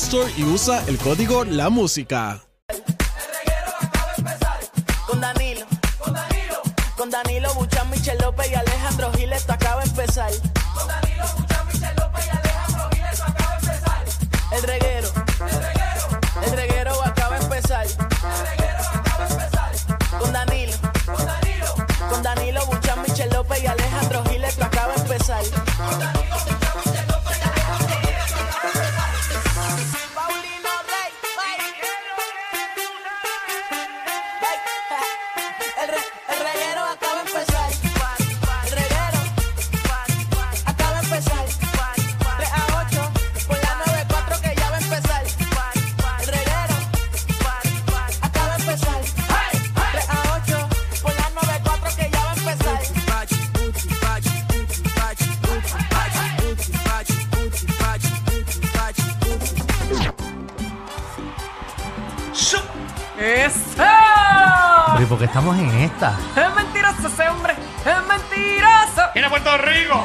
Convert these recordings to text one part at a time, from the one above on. Store y usa el código La Música. Con Danilo. Con Danilo. Con Danilo Buchan, Michel López y Alejandro Gil, esto acaba de empezar. Con Danilo Buchan, Michel López y Alejandro Gil, esto acaba de empezar. El reguero. El reguero. El reguero acaba de empezar. El reguero acaba de empezar. Con Danilo. Con Danilo. Con Danilo Buchan, Michel López y Alejandro Gil, esto acaba de empezar. Con Danilo Buchan, Michel López y Alejandro Gil, esto acaba de empezar. Paulino Rey. El re- el reguero acaba de empezar. El reguero acaba de empezar. 3 a 8 por la 94 que ya va a empezar. El reguero acaba de empezar. 3 a 8 por la 94 que ya va a empezar. ¡Eso! Pero ¿y por qué estamos en esta? ¡Es mentiroso ese hombre! ¡Es mentiroso! ¡Viene Puerto Rico!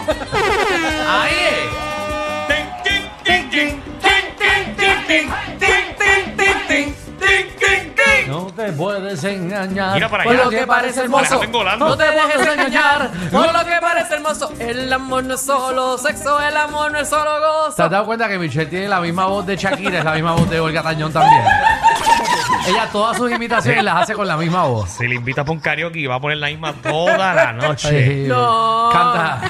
¡Ahí es! Tin, tin, tin, tin, tin, tin, tin, tin, tin, tin, tin, tin, tin, tin, tin. No te puedes engañar. Pues Mira para Con allá. lo que parece hermoso, Alejandro Engolando. no te dejes engañar. Con lo que parece hermoso, el amor no es solo sexo, el amor no es solo ¿Te has gozo. dado cuenta que Michelle tiene la misma voz de Shakira, es la misma voz de Olga Tañón también? Ella todas sus imitaciones las hace con la misma voz. Si le invitas a un karaoke, va a poner la misma toda la noche. Sí. No. Eh, Canta,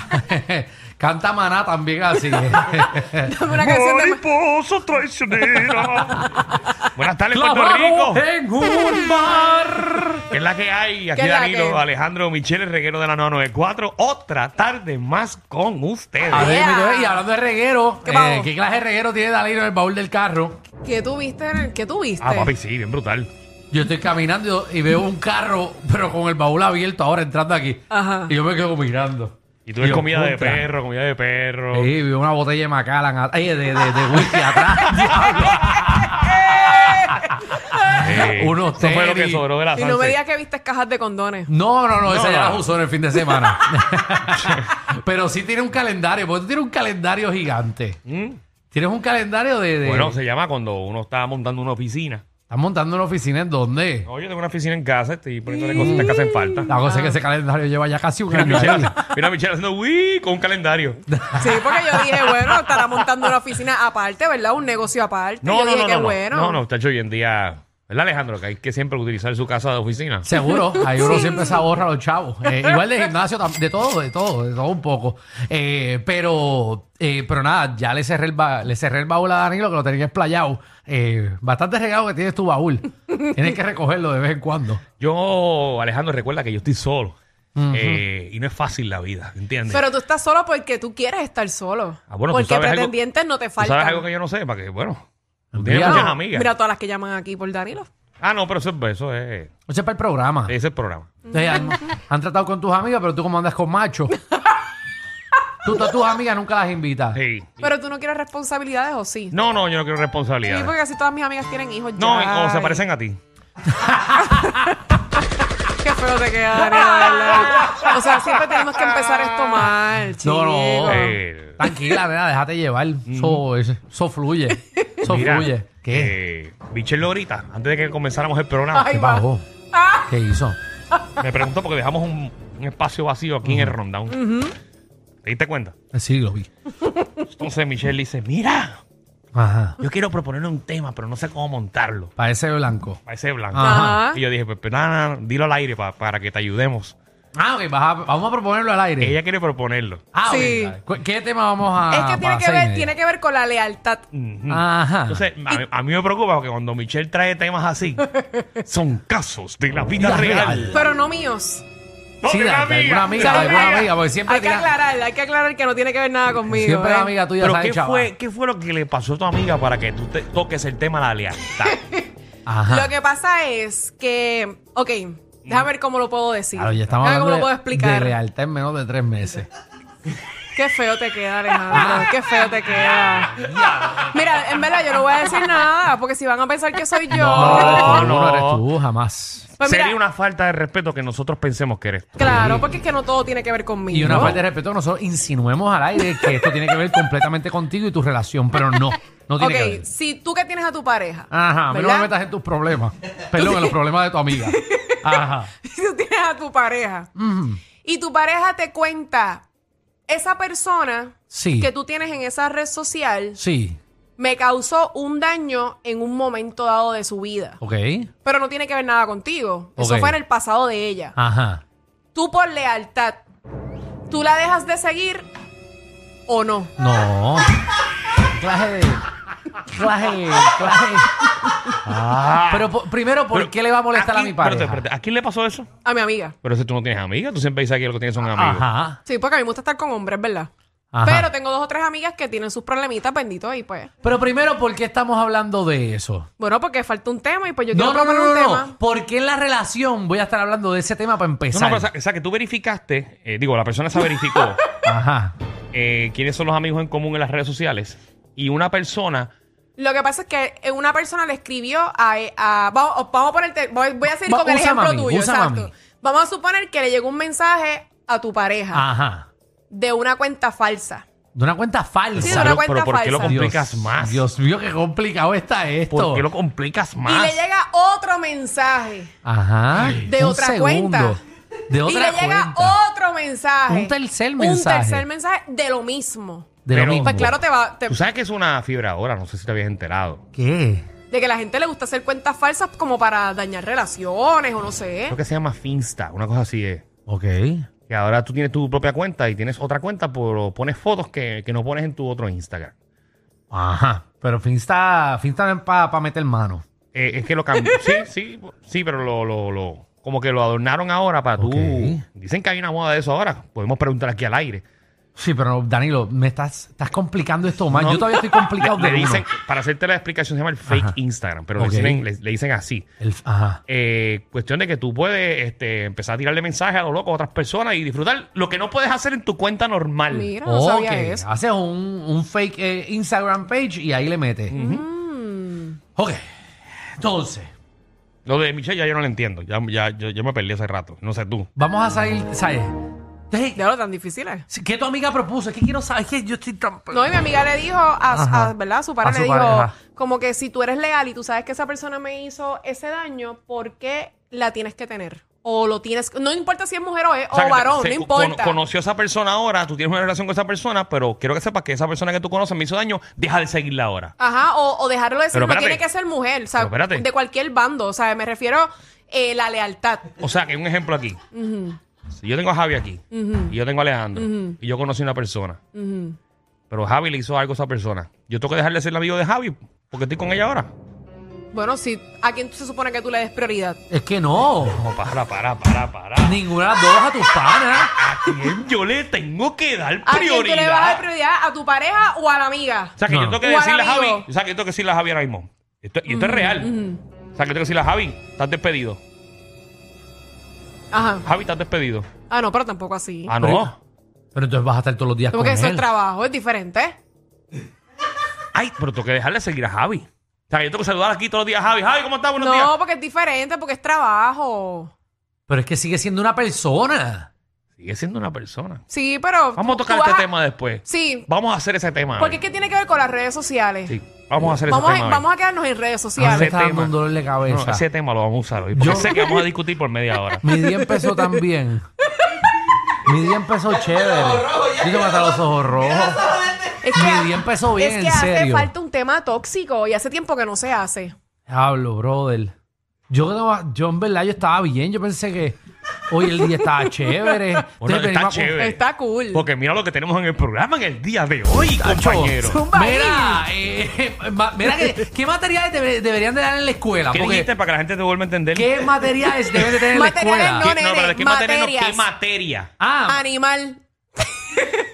canta Maná también así. Dame una canción de Mariposa traicionera. Buenas tardes, Puerto Rico. Clavado en un mar. ¿Qué es la que hay? ¿Qué Aquí es la Danilo, que? Alejandro, Michelle, el reguero de la 994. Otra tarde más con ustedes. A ver, Yeah. mi dueño, y hablando de reguero, ¿Qué eh, pasó? ¿qué clase de reguero tiene Dalino en el baúl del carro? ¿Qué tuviste? ¿Qué tuviste? Ah, papi, sí, bien brutal. Yo estoy caminando y veo un carro, pero con el baúl abierto ahora entrando aquí. Ajá. Y yo me quedo mirando. Y tú ves Yo, comida de contra. perro, comida de perro. Sí, vi una botella de Macallan, at- ay, de, de, de whisky atrás, diablo. Sí. Unos Eso fue lo que tenis. sobró de la Y no me Sánchez. digas que viste cajas de condones. No, no, no, esa No. ya la usó en el fin de semana. Pero sí tiene un calendario, porque tú tienes un calendario gigante. Mm. Tienes un calendario de... de- Bueno, se llama cuando uno está montando una oficina. ¿Estás montando una oficina en dónde? No, yo tengo una oficina en casa, estoy poniéndole cosas que hacen falta. La cosa es que ese calendario lleva ya casi un Mira año a ahí. Michelle, mira a Michelle haciendo uy con un calendario. Sí, porque yo dije, bueno, estará montando una oficina aparte, ¿verdad? Un negocio aparte. No, yo no, dije no, que no, no. bueno. No, no, está hecho hoy en día. ¿Verdad, Alejandro? Que hay que siempre utilizar su casa de oficina. Seguro, ahí uno siempre se ahorra a los chavos. Eh, igual de gimnasio, tam- de todo, de todo, de todo un poco. Eh, pero, eh, pero nada, ya le cerré, el ba- le cerré el baúl a Danilo que lo tenía explayado. Eh, bastante regado que tienes tu baúl. Tienes que recogerlo de vez en cuando. Yo, Alejandro, recuerda que yo estoy solo. Eh, y no es fácil la vida, ¿entiendes? Pero tú estás solo porque tú quieres estar solo. Ah, bueno, tú porque sabes algo- pretendientes no te ¿Tú sabes faltan. algo que yo no sé? Para que, bueno, tú tienes Mira. muchas No, amigas. Mira todas las que llaman aquí por Danilo. Ah, no, pero eso, es- eso es, Ese es para el programa. ese es el programa. Ustedes han, han tratado con tus amigas, pero tú como andas con macho. Tú, tú a tus amigas nunca las invitas. Sí. Pero tú no quieres responsabilidades o sí. No, no, yo no quiero Sí, responsabilidad. porque casi todas mis amigas tienen hijos No, eh, ya. o se Ay, parecen a ti. Qué feo te queda, Danilo, de verdad. O sea, siempre tenemos que empezar esto mal, chico. No, no. Eh, Tranquila, nena, déjate llevar. Eso, eso fluye. Eso Mm. Mira, fluye. ¿Qué? eh, Michelle ahorita, antes de que comenzáramos el programa, Ay, ¿Qué va. bajó? ¿Qué hizo? me preguntó porque dejamos un, un espacio vacío aquí en el rundown. ¿Te diste cuenta? Sí, lo vi. Entonces Michelle dice, mira, Ajá. yo quiero proponerle un tema, pero no sé cómo montarlo. Parece blanco. A ese blanco. Ajá. Y yo dije, pues, pues, nada, nada, dilo al aire pa- para que te ayudemos. Ah, ok, vas a- vamos a proponerlo al aire. Ella quiere proponerlo. Ah, ok. Sí. ¿Cu- ¿Qué tema vamos a.? es que para tiene las que, seis Ah, y ver, media? tiene que ver con la lealtad. Ujú. Ajá. Entonces, a mí, a mí me preocupa porque cuando Michelle trae temas así, son casos de la vida La real. Pero no míos. No, sí, de de, la de alguna mía, amiga, de de la alguna mía. amiga, porque siempre Hay que tira- aclarar, hay que aclarar que no tiene que ver nada conmigo. siempre ¿eh? la amiga tuya Pero sabe, ¿qué chaval. fue, ¿qué fue lo que le pasó a tu amiga para que tú te toques el tema de la lealtad? Ajá. Lo que pasa es que, ok, déjame ver cómo lo puedo decir. Claro, ya estamos Déjame ver hablando cómo de, lo puedo de explicar. realidad en menos de tres meses. Qué feo te queda, Ah. Alejandro. Qué feo te queda. Mira, en verdad yo no voy a decir nada, porque si van a pensar que soy yo. no, no. eres tú, jamás. Pues mira, Sería una falta de respeto que nosotros pensemos que eres tú. Claro, porque es que no todo tiene que ver conmigo. Y una falta de respeto, nosotros insinuemos al aire que esto tiene que ver completamente contigo y tu relación, pero no, no tiene que Ok, ver. si tú que tienes a tu pareja. Ajá, a mí no me ¿verdad? metas en tus problemas. Perdón, en los problemas de tu amiga. Ajá. Si tú tienes a tu pareja y tu pareja te cuenta esa persona Sí. que tú tienes en esa red social Sí. me causó un daño en un momento dado de su vida. Ok. Pero no tiene que ver nada contigo. Eso Ok. Ah. fue en el pasado de ella. Ajá. Tú por lealtad, ¿tú la dejas de seguir o no? No. Clase de. Clase de. Clase de- Ah. Pero po- primero, ¿por Pero, qué le va a molestar aquí- a mi pareja? espérate, espérate, ¿A quién le pasó eso? A mi amiga. Pero si tú no tienes amigas, tú siempre dices que lo que tienes son amigos. Ah, Ajá. Sí, porque a mí me gusta estar con hombres, ¿verdad? Ajá. Pero tengo dos o tres amigas que tienen sus problemitas, bendito ahí, pues. Pero primero, ¿por qué estamos hablando de eso? Bueno, porque falta un tema y pues yo No, quiero no, no, proponer un no, no, tema. ¿Por qué en la relación voy a estar hablando de ese tema para No, empezar? no, pero, o sea- o sea, que tú verificaste, eh, digo, la persona se verificó Ajá. eh, quiénes son los amigos en común en las redes sociales y una persona Lo que pasa es que una persona le escribió a... a- vamos, vamos a ponerte... Voy, voy a seguir Va- con el usa ejemplo mami, tuyo, usa exacto. mami. Vamos a suponer que le llegó un mensaje a tu pareja Ajá. de una cuenta falsa. De una cuenta falsa. Sí, de una Pero- cuenta pues, pero ¿por qué lo falsa. compl- complicas más. Dios mío, qué complicado está esto. ¿Por qué lo complicas Y más? le llega otro mensaje. Ajá. De otra cuenta. De otra y le llega cuenta. otro mensaje. Un tercer mensaje. Un tercer mensaje de lo mismo. De Pero- lo mismo. Pues claro, te va... te- Tú sabes que es una fibra ahora, no sé si te habías enterado. ¿Qué? de que la gente le gusta hacer cuentas falsas como para dañar relaciones o no sé. Creo que se llama Finsta, una cosa así es. Ok. Que ahora tú tienes tu propia cuenta y tienes otra cuenta, pero pones fotos que, que no pones en tu otro Instagram. Ajá. Pero Finsta, Finsta es para meter mano. Eh, es que lo cambió. sí, sí, sí, pero lo, lo, lo- como que lo adornaron ahora para tú. Ok. Dicen que hay una moda de eso ahora. Podemos preguntar aquí al aire. Sí, pero no, Danilo, me estás, estás complicando esto más. No. Yo todavía estoy complicado Le de uno. dicen, para hacerte la explicación, se llama el fake Ajá. Instagram, pero le Ok. dicen- le- le dicen así. El- ajá. Eh, cuestión de que tú puedes este, empezar a tirarle mensajes a los locos a otras personas y disfrutar lo que no puedes hacer en tu cuenta normal. Mira, no sabía Ok, eso. Haces un, un fake eh, Instagram page y ahí le metes. Mm. Ok. Entonces, Lo de Michelle ya yo no lo entiendo. Ya, ya- yo, yo me perdí hace rato. No sé tú. vamos a salir, ¿sabes? Entonces, De lo tan difícil es. ¿Qué tu amiga propuso? Es que quiero saber, es que yo estoy tan... No, y mi amiga le dijo, a, Ajá. a- ¿verdad? A su padre A su le dijo, pareja. como que si tú eres leal y tú sabes que esa persona me hizo ese daño, ¿por qué la tienes que tener? O lo tienes, no importa si es mujer o, es, sea, o que te- Oh, varón, se- no con- importa. conoció a esa persona ahora, tú tienes una relación con esa persona, pero quiero que sepas que esa persona que tú conoces me hizo daño, deja de seguirla ahora. Ajá, o, o dejarlo decir, Pero no espérate. tiene que ser mujer, o sea, Pero espérate. de cualquier bando, o sea, me refiero eh, la lealtad. O sea, que hay un ejemplo aquí. Si yo tengo a Javi aquí y yo tengo a Alejandro y yo conocí a una persona, pero Javi le hizo algo a esa persona, yo tengo que dejarle ser el amigo de Javi porque estoy con ella ahora. Bueno, si a quién se supone que tú le des prioridad. Es que no. No, para, para, para, para. Ninguna de las dos a tus panas. ¿A quién yo le tengo que dar ¿A quién tú le vas a dar prioridad? prioridad? ¿A tu pareja o a la amiga? O sea, que No. yo tengo que O al decirle a Javi. amigo. O sea, que yo tengo que decirle a Javi ahora mismo. Esto, y esto es real. O sea, que yo tengo que decirle a Javi, estás despedido. Ajá. Javi, estás despedido. Ah, no, pero tampoco así. Ah, no. Pero entonces vas a estar todos los días Como con que eso es él. trabajo, es diferente. Ay, pero tengo que dejarle seguir a Javi. O sea, que yo tengo que saludar aquí todos los días a Javi. Javi, ¿cómo estás? Buenos días. No, porque es diferente, porque es trabajo. Pero es que sigue siendo una persona. Sigue siendo una persona. Sí, pero. Vamos a tú- tocar tú este vas tema después. Sí, Vamos a hacer ese tema. porque es hoy. que tiene que ver con las redes sociales. Sí, vamos a hacer Vamos, ese a, tema. vamos a quedarnos en redes A mí me sociales. está dando tema. un dolor de hoy. cabeza. No, ese tema lo vamos a usar hoy. Porque Yo- sé que vamos a discutir por media hora. Mi día empezó también. Mi día empezó chévere. Yo tengo hasta los ojos rojos. Es Mi día empezó bien, Es en que hace serio. falta un tema tóxico y hace tiempo que no se hace. Hablo, brother. Yo, no- yo en verdad yo estaba bien. Yo pensé que hoy el día estaba chévere. Bueno, Entonces está venimos a- chévere. Está cool. Porque mira lo que tenemos en el programa en el día de hoy, Tacho, compañero. Zumba ahí. Mira, eh, ma- mira que- qué materiales debe- deberían de dar en la escuela. ¿Qué Porque, dijiste para que la gente te vuelva a entender? ¿Qué materiales deben de tener en la Materiales escuela? no- ¿Qué- no, pero ¿de ¿qué nenes, materia? no? materias. ¿Qué materia? Ah, Animal.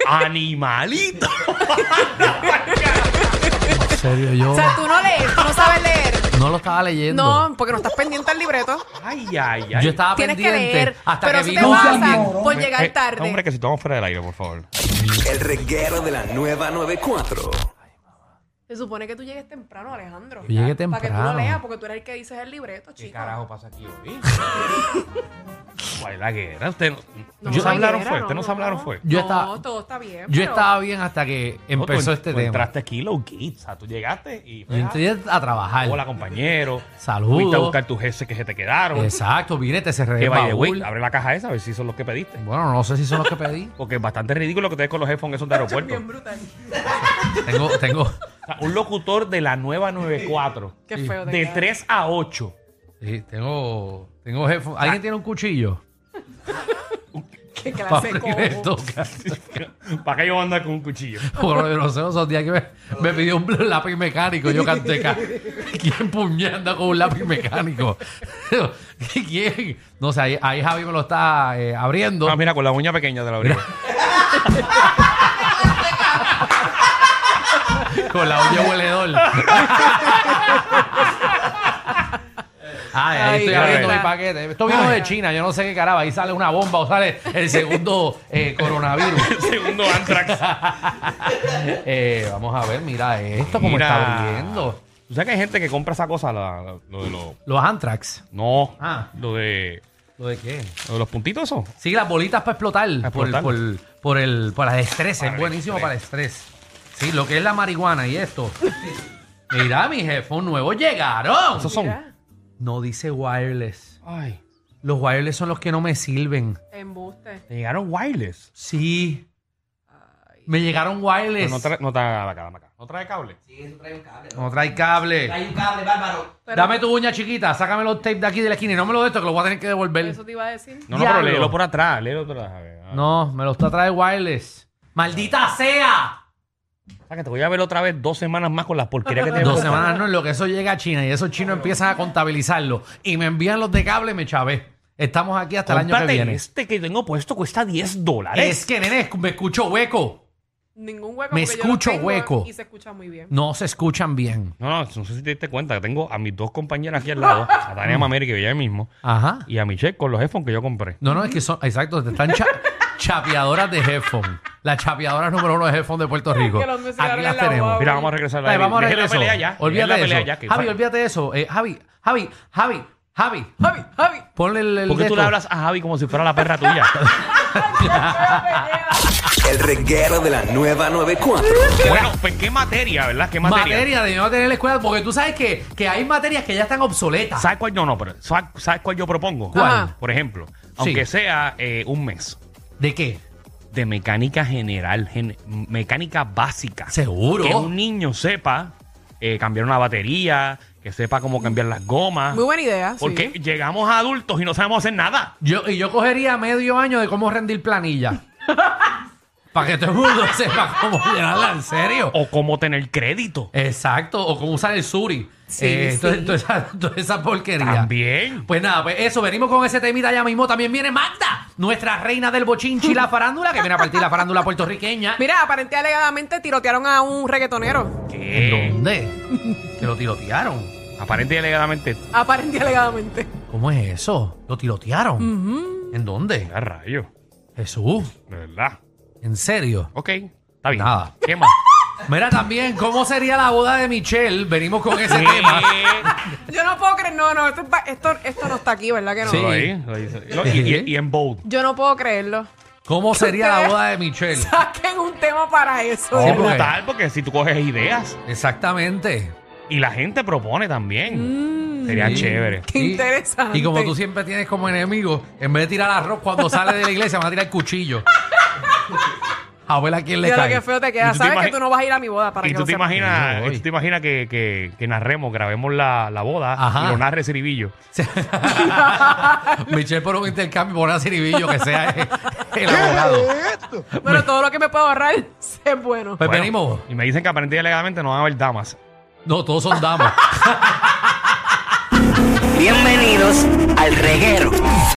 Animalito. en serio, yo O sea, tú no lees, tú no sabes leer. no lo estaba leyendo. No, porque no estás pendiente al libreto. Ay, ay, ay. Yo estaba Tienes que pendiente leer, hasta pero que eso te vino pasa. alguien. por Eh, llegar eh, tarde. Hombre, que si estamos fuera del aire, por favor. El reguero de la nueva 94. Se supone que tú llegues temprano, Alejandro. Yo llegué Para que tú temprano. lo leas, porque tú eres el que dices el libreto, chico. pasa aquí hoy? ¿Cuál es la guerra? Ustedes no, No, no se hay hablaron guerra, fuerte, no, no, se hablaron no. fuerte. Yo no, estaba- todo está bien. Yo pero- estaba bien hasta que empezó Tú- este tú tema. Entraste aquí low key, o sea, tú llegaste y... Yo entré a trabajar. Hola, compañero. Saludos. Fuiste a buscar tus jefes que se te quedaron. Exacto, vine, te cerré Que el by the way, baúl. abre la caja esa a ver si son los que pediste. Bueno, no sé si son los que pedí. Porque es bastante ridículo que ustedes con los headphones esos de aeropuerto. Bien brutal. Tengo, tengo. O sea, un locutor de la nueva 94. Qué feo. te De queda. 3 a 8. Sí, tengo. Tengo jefe. Ah. ¿Alguien tiene un cuchillo? Qué Para clase de abrir el cojo. toca. ¿Para qué yo ando con un cuchillo? Bueno, yo no sé, esos días que me, me pidió un lápiz mecánico, yo canté acá. ¿Quién puñanda con un lápiz mecánico? ¿Quién? No sé, ahí, ahí Javi me lo está eh, abriendo. Ah, mira, con la uña pequeña de la abrigo. Con la olla hueledor. Ay, ahí Ay, estoy ya abriendo ves. mi paquete. Esto vino de China, yo no sé qué caraba. Ahí sale una bomba o sale el segundo eh, coronavirus. Segundo Antrax. Eh, vamos a ver, mira esto, como Mira. está abriendo. ¿Tú sabes que hay gente que compra esa cosa? la- la- lo de los. Los Antrax. No. Ah. Lo de. ¿Lo de qué? Lo de los puntitos, eso. Sí, las bolitas para explotar. por, explotar. Por, por el, por la destreza. Para es el buenísimo estrés. para el estrés. Sí, lo que es la marihuana y esto. Mira, mis headphones nuevos llegaron. Esos son. No dice wireless. Ay. Los wireless son los que no me sirven. Embuste. Te llegaron wireless. Sí. Me llegaron wireless. Pero no trae, no trae acá, dame acá. ¿No trae cable? No trae cable. Hay un cable, bárbaro. Pero Dame tu uña chiquita. Sácame los tapes de aquí de la esquina. Y no me los de esto, que los voy a tener que devolver. Eso te iba a decir. No, no, pero Diablo. léelo por atrás. Léelo por atrás. a ver. Ah. No, me los está trae wireless. ¡Maldita sea! O sea, que te voy a ver otra vez dos semanas más con las porquerías que te Dos semanas no, en lo que eso llega a China y esos chinos empiezan a contabilizarlo. Y me envían los de cable, me chavé. Estamos aquí hasta el año que Cómprate viene. Este que tengo puesto cuesta 10 dólares. Es que, nene, me escucho hueco. Ningún hueco. Me porque yo lo escucho tengo hueco. Y se escucha muy bien. No se escuchan bien. No, no, no sé si te diste cuenta que tengo a mis dos compañeras aquí al lado, a Tania Mameri, que veía ahí mismo, Ajá. y a Michelle con los headphones que yo compré. No, no, es que son, exacto, te están cha- chapeadoras de headphone. Las chapeadoras número uno de headphone de Puerto Rico. Que los me Aquí sacaron las en la tenemos. guagua. Mira, vamos a regresar a la, Dale, vamos a Dejé la regresar. pelea ya. Dejé Olvídate la de pelea eso. ya, que- Javi, olvídate de eso. Eh, Javi, Javi, Javi, Javi. Javi, Javi. Ponle el. el ¿Por qué de tú le esto. hablas a Javi como si fuera la perra tuya? El reguero de la nueva 94. bueno, pues qué materia, ¿verdad? ¿Qué materia? Materia. de no tener la escuela, porque tú sabes que, que hay materias que ya están obsoletas. ¿Sabes cuál? No, no, pero ¿sabes sabes cuál yo propongo? ¿Cuál? Ajá. Por ejemplo, aunque sea eh, un mes ¿De qué? de mecánica general, gen- mecánica básica. Seguro. Que un niño sepa eh, cambiar una batería, que sepa cómo cambiar las gomas. Muy buena idea. sí. Porque llegamos a adultos y no sabemos hacer nada. Yo, y yo cogería medio año de cómo rendir planilla. Para que todo el mundo sepa cómo llenarla, en serio. O cómo tener crédito. Exacto, o cómo usar el suri. Sí, Eh, entonces, sí. Toda, esa, toda esa porquería. También. Pues nada, pues eso, venimos con ese temita ya mismo. También viene Magda, nuestra reina del bochinchi y la farándula, que viene a partir la farándula puertorriqueña. Eh. Mira, aparentemente alegadamente tirotearon a un reggaetonero. ¿Qué? ¿En dónde? Que lo tirotearon. Aparente y alegadamente. Aparente y alegadamente. ¿Cómo es eso? ¿Lo tirotearon? ¿En dónde? A rayo. Jesús, De verdad. ¿en serio? Ok. Está bien. Nada. ¿Qué más? Mira también, ¿cómo sería la boda de Michelle? Venimos con ese Sí. tema. Yo no puedo creer, no, no, esto, es pa- esto, esto no está aquí, ¿verdad que no? Sí. Lo leí, lo leí. Lo- y, y- y en bold. Yo no puedo creerlo. ¿Cómo sería la boda de Michelle? Saquen un tema para eso. es porque- brutal porque si tú coges ideas Exactamente. y la gente propone Mm. también. Sería Sí. chévere. Qué Y- interesante. Y como tú siempre tienes como enemigo, en vez de tirar arroz cuando sale de la iglesia, van a tirar cuchillo. A ver a quién le Mira lo cae. que feo te ¿Y queda. tú te Sabes que imagi- tú no vas a ir a mi boda para Y que tú lo te sepas. imaginas, Yo voy. tú te imaginas que, que, que narremos, grabemos la, la boda Ajá. y lo narre Ciribillo. Michelle por un intercambio, por una ciribillo que sea eh, el abogado. Bueno, todo lo que me puedo ahorrar es bueno. Pues Bueno, venimos. Y me dicen que aparentemente y alegadamente no van a haber damas. No, todos son damas. Bienvenidos al reguero.